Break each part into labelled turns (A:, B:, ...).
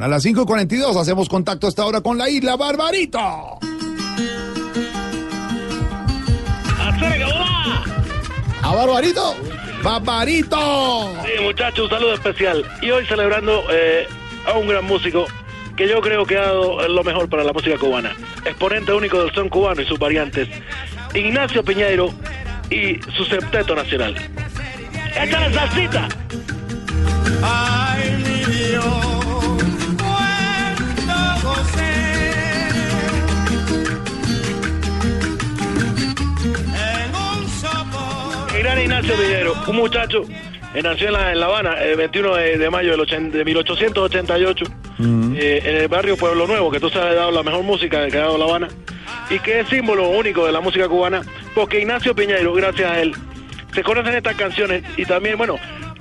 A: A las 5.42 hacemos contacto hasta ahora con la isla Barbarito.
B: ¡Acerca, hola!
A: ¡A Barbarito! ¡Barbarito!
B: Sí, muchachos, un saludo especial. Y hoy celebrando eh, a un gran músico que yo creo que ha dado lo mejor para la música cubana. Exponente único del son cubano y sus variantes. Ignacio Piñeiro y su septeto nacional. ¡Esta es la salsita!
C: Ay, mi Dios, cuánto gocé en un sopor.
B: El gran Ignacio Piñeiro, un muchacho que nació en La, en La Habana el 21 de, de mayo del 80 de 1888, eh, en el barrio Pueblo Nuevo, que tú sabes ha dado la mejor música que ha dado La Habana, y que es símbolo único de la música cubana, porque Ignacio Piñeiro, gracias a él, se conocen estas canciones y también, bueno,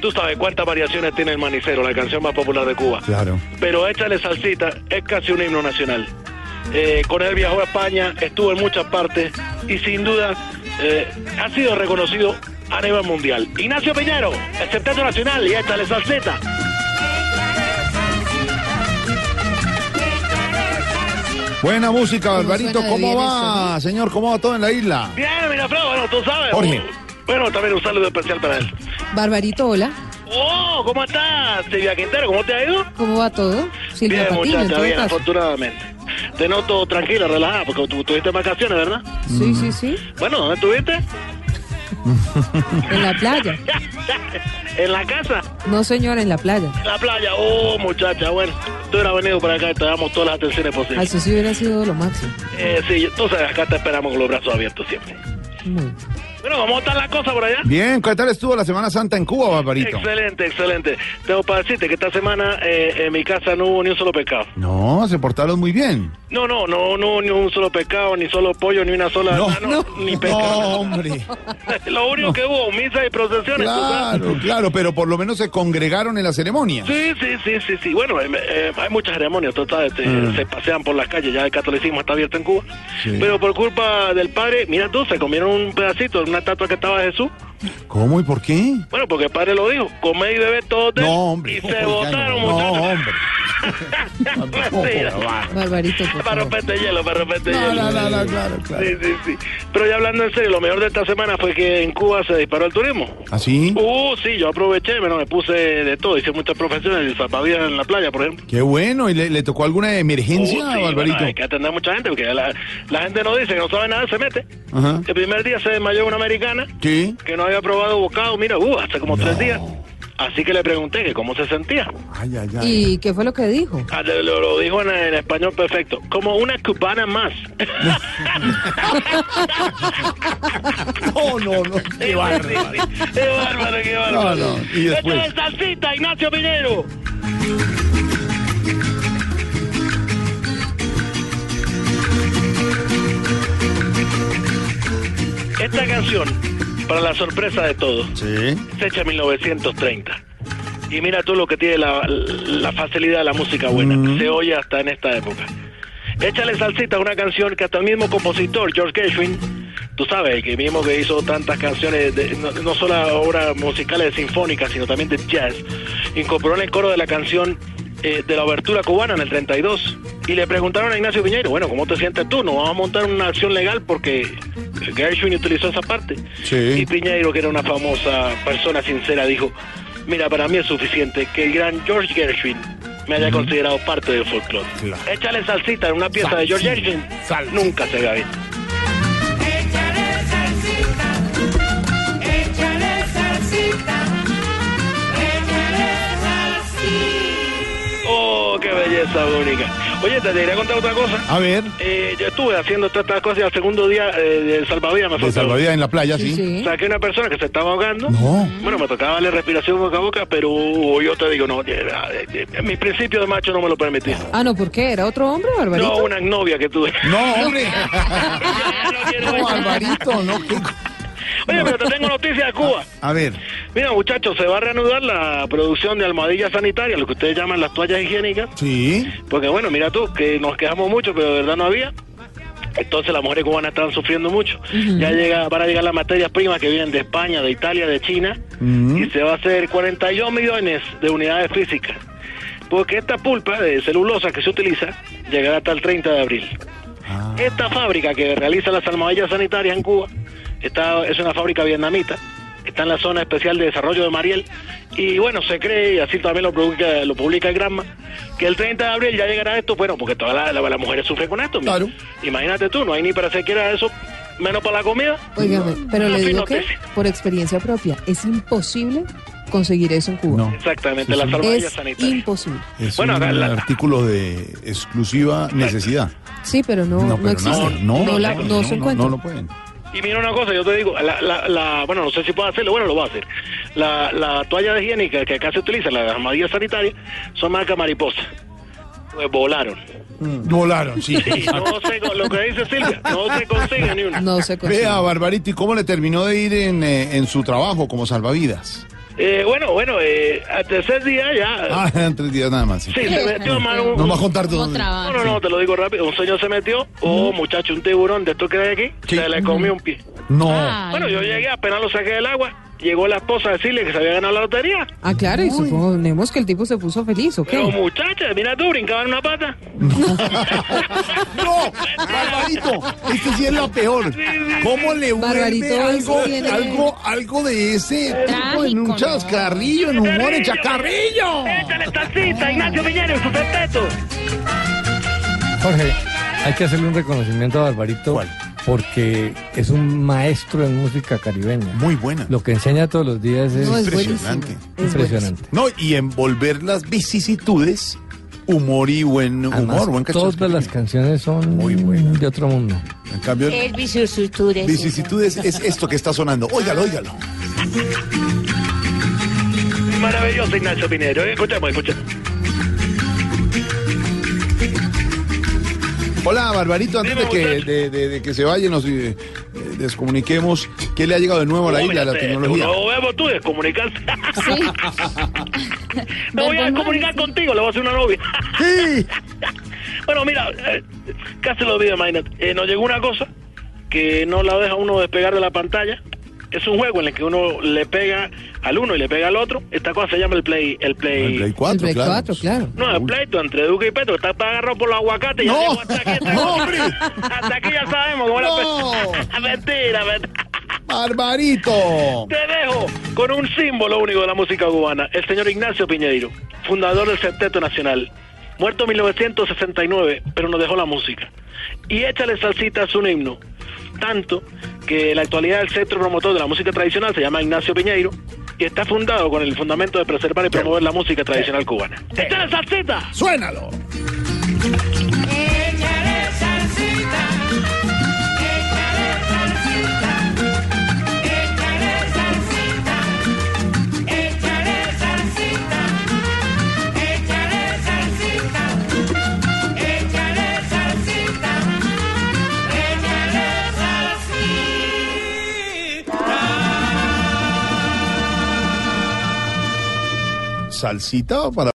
B: tú sabes cuántas variaciones tiene el manicero, la canción más popular de Cuba.
A: Claro.
B: Pero Échale Salsita es casi un himno nacional. Eh, con él viajó a España, estuvo en muchas partes y sin duda eh, ha sido reconocido a nivel mundial. Ignacio Piñero, el septeto nacional y Échale Salsita.
A: Buena música, Barbarito.
D: suena
A: ¿Cómo
D: bien eh?
A: va, señor? ¿Cómo va todo en la isla?
B: Bien, mira, pero bueno, tú sabes.
A: Jorge.
B: Bueno, también un saludo especial para él.
D: Barbarito, hola.
B: ¡Oh! ¿Cómo estás, Silvia Quintero? ¿Cómo te ha ido?
D: ¿Cómo va todo? Silvia
B: bien,
D: Patiño, en
B: muchacha,
D: todo
B: bien,
D: caso.
B: afortunadamente. Te noto tranquila, relajada, porque tú tuviste vacaciones, ¿verdad?
D: Sí, sí, sí.
B: Bueno, ¿dónde estuviste?
D: En la playa.
B: en la casa,
D: No, señor, en la playa.
B: en la playa. Oh, muchacha, bueno, tú hubieras venido para acá y te damos todas las atenciones
D: Ah,
B: posibles.
D: Eso sí hubiera sido lo máximo.
B: Eh, sí, tú sabes, acá te esperamos con los brazos abiertos siempre.
D: Muy bien.
B: Bueno, ¿cómo están las cosas por allá?
A: Bien, ¿qué tal estuvo la Semana Santa en Cuba, Barbarito?
B: Excelente, excelente. Tengo para decirte que esta semana eh, en mi casa no hubo ni un solo pescado.
A: No, se portaron muy bien.
B: No, no, no, no, ni un solo pescado, ni solo pollo, ni una sola. ah, Ni
A: No,
B: pescado.
A: hombre.
B: Lo único que hubo, misa y procesiones. tú sabes.
A: Claro, claro, pero por lo menos se congregaron en la ceremonia.
B: Sí, sí, sí, sí, sí. Bueno, em, eh, hay muchas ceremonias, tú sabes, te- se pasean por las calles, ya el catolicismo está abierto en Cuba.
A: Ah. Sí.
B: Pero por culpa del padre, mira tú, se comieron un pedacito de una estatua que estaba de Jesús.
A: ¿Cómo y por qué?
B: Bueno, porque el padre lo dijo, comer y beber todo de él.
A: No, hombre.
B: Y
A: Oiga,
B: se votaron,
A: no,
B: muchachos.
A: hombre.
B: Mentira.
D: Barbarito, por
B: Para
D: favor.
B: romperte hielo, para romperte
A: No,
B: hielo.
A: no, no, no, claro, claro.
B: Sí, sí, sí. Pero ya hablando en serio, lo mejor de esta semana fue que en Cuba se disparó el turismo.
A: ¿Así?
B: Uh, sí, yo aproveché, bueno, me puse de todo, hice muchas profesiones, salvavidas en la playa, por ejemplo.
A: Qué bueno. ¿Y le, le tocó alguna
B: Uh,
A: emergencia,
B: sí, bueno, hay
A: Barbarito?
B: que atender a mucha gente porque la, la gente no dice que no sabe nada, se mete.
A: Ajá.
B: El primer día se desmayó una americana
A: ¿Qué?
B: que no había probado bocado, mira, uh, hace como tres días. Así que le pregunté que cómo se sentía.
A: Ay, ay,
B: pues.
A: ay.
D: ¿Y qué fue lo que dijo?
B: Ah, Lo, lo- lo dijo en, en español perfecto, como una cubana más.
A: No, no, no.
B: qué bárbaro, qué bárbaro, qué bárbaro.
A: No, no, y después.
B: Esto es salsita, Ignacio Pinero. Esta canción, para la sorpresa de todos,
A: Sí.
B: se echa en 1930. Y mira tú lo que tiene la, la facilidad de la música buena. Se oye hasta en esta época. Échale salsita, una canción que hasta el mismo compositor, George Gershwin, tú sabes, el que mismo que hizo tantas canciones, de- no, no solo obras musicales sinfónicas, sino también de jazz, incorporó en el coro de la canción eh, de la obertura cubana en el 32. Y le preguntaron a Ignacio Piñeiro, bueno, ¿cómo te sientes tú? No vamos a montar una acción legal porque Gershwin utilizó esa parte.
A: Sí.
B: Y Piñeiro, que era una famosa persona sincera, dijo, mira, para mí es suficiente que el gran George Gershwin me haya considerado parte del folclore.
A: Claro.
B: Échale salsita en una pieza de George Gershwin,
A: Salsita.
B: nunca se vea bien.
C: Échale salsita, échale salsita, échale salsita.
B: Oh, qué belleza única. Oye, te debería contar otra cosa.
A: A ver,
B: Eh, yo estuve haciendo todas estas cosas y al segundo día eh, de salvavidas me
A: de
B: faltaba.
A: salvavidas en la
B: Ah,
A: playa, sí.
D: Sí.
B: Saqué una persona que se estaba ahogando.
A: No.
B: Bueno, me tocaba darle respiración boca a boca, pero yo te digo, no, eh, eh, eh, mi principio de macho no me lo permitía.
D: Ah, no, ¿por qué? ¿Era otro hombre, Barbarito?
B: No, una novia que tuve.
A: No, hombre.
B: Ya no quiero
A: No,
B: eso.
A: Alvarito, no. qué-
B: Oye, pero te tengo noticias de Cuba.
A: A ver,
B: Mira, muchachos, se va a reanudar la producción de almohadillas sanitarias, lo que ustedes llaman las toallas higiénicas.
A: sí.
B: Porque bueno, mira tú, que nos quejamos mucho, pero de verdad no había. Entonces las mujeres cubanas están sufriendo mucho. Ya llega, van a llegar las materias primas que vienen de España, de Italia, de China. Y se va a hacer 42 millones de unidades físicas. Porque esta pulpa de celulosa que se utiliza llegará hasta el 30 de abril. Esta fábrica que realiza las almohadillas sanitarias en Cuba está, es una fábrica vietnamita. Está en la zona especial de desarrollo de Mariel. Y bueno, se cree, y así también lo publica, lo publica el Granma, que el 30 de abril ya llegará esto. Bueno, porque todas las la, las mujeres sufren con esto. mira.
A: Claro.
B: Imagínate tú, no hay ni para siquiera eso, menos para la comida.
D: Óigame, pero
B: Una
D: le digo que,
B: finoteca.
D: por experiencia propia, es imposible conseguir eso en Cuba.
A: No.
B: Exactamente,
A: Sí,
B: las
A: sí.
B: almohadillas
D: Es
B: sanitarias.
D: imposible.
A: Es
B: Bueno,
A: un
B: la- la-
A: artículo de exclusiva necesidad.
D: Sí, pero no, no,
A: pero
D: existe.
A: No, no,
D: la-
A: no,
D: no se
A: no,
D: encuentra.
A: no lo pueden.
B: Y mira una cosa, yo te digo, la, la, la- bueno, no sé si puedo hacerlo, bueno, lo voy a hacer. La, la toalla higiénica que acá se utiliza, las armadillas sanitarias, son marca mariposa. Pues volaron.
A: Volaron, sí.
B: Y no se, con- lo que dice Silvia, no se consigue ni una.
D: No se consigue.
A: Vea, Barbarito, ¿y cómo le terminó de ir en, eh, en su trabajo como salvavidas?
B: Eh, bueno, bueno, eh, al tercer día ya.
A: Ah, eran tres días nada más. sí.
B: sí, se metió mano.
A: No
B: un-
A: va a contar todo.
E: ¿Cómo trabaja?
B: No, no, no, te lo digo rápido. Un señor se metió. Oh, muchacho, un tiburón de esto que hay aquí.
A: Sí.
B: Se le comió un pie.
A: No.
E: Ay,
B: Bueno, yo llegué, apenas lo saqué del agua. Llegó la esposa a decirle que se había ganado la lotería.
D: Ah, claro, y suponemos que el tipo se puso feliz, ¿o
B: Pero
D: qué?
B: muchacha, mira tú, brincaba en una pata.
A: No, Barbarito, este sí es la peor. ¿Cómo le vuelve
D: Barbarito,
A: algo,
D: eso viene-
A: algo, algo de ese tipo en un
E: Trágico,
A: chascarrillo, en humor, en chacarrillo?
B: Échale tacita, Ignacio Piñera, en su respeto.
F: Jorge, hay que hacerle un reconocimiento a Barbarito
A: ¿Cuál?
F: porque es un maestro en música caribeña.
A: Muy buena.
F: Lo que enseña todos los días es,
D: No, es
A: Impresionante.
D: buenísimo. Es buenísimo.
F: impresionante.
A: No, y envolver las vicisitudes, humor y buen humor,
F: Además,
A: buen
F: todas
A: cachascarrillo.
F: las canciones son
A: Muy buenas.
F: de otro mundo.
A: En cambio, vicisitudes es esto que está sonando. Óigalo, óigalo.
B: Maravilloso Ignacio Piñero. eh, Escuchemos, escuchemos.
A: Hola, Barbarito, antes de
B: Dime,
A: que,
B: muchacho.
A: de, de- de que se vayan, nos eh, eh, descomuniquemos. ¿Qué le ha llegado de nuevo a la isla, a la
B: Te-
A: tecnología?
B: Lo vemos tú, descomunicarse.
E: Sí.
B: Me voy a
E: Vergonzoso.
B: comunicar contigo, le voy a hacer una novia.
A: Sí.
B: Bueno, mira, eh, casi lo olvido, imagínate. Eh, nos llegó una cosa que no la deja uno despegar de la pantalla. Es un juego en el que uno le pega al uno y le pega al otro. Esta cosa se llama el Play. El Play.
A: El Play
D: El
A: 4,
D: Play
A: claro.
D: 4, claro.
B: No, el pleito entre Duque y Petro está para agarrar por los aguacates. y
A: No.
B: ya llegó hasta aquí, hasta aquí.
A: No, hombre.
B: Hasta aquí ya sabemos cómo
A: No.
B: la mentira, mentira.
A: ¡Barbarito!
B: Te dejo con un símbolo único de la música cubana, el señor Ignacio Piñeiro, fundador del Septeto Nacional. Muerto en 1969, pero nos dejó la música. Y échale salsita es un himno. Tanto que en la actualidad el centro promotor de la música tradicional se llama Ignacio Piñeiro y está fundado con el fundamento de preservar y promover la música tradicional cubana. ¡Échale salsita!
A: ¡Suénalo!
C: Échale salsita, échale salsita, échale salsita, échale salsita, échale salsita, échale salsita, échale salsita.
A: ¿Salsita para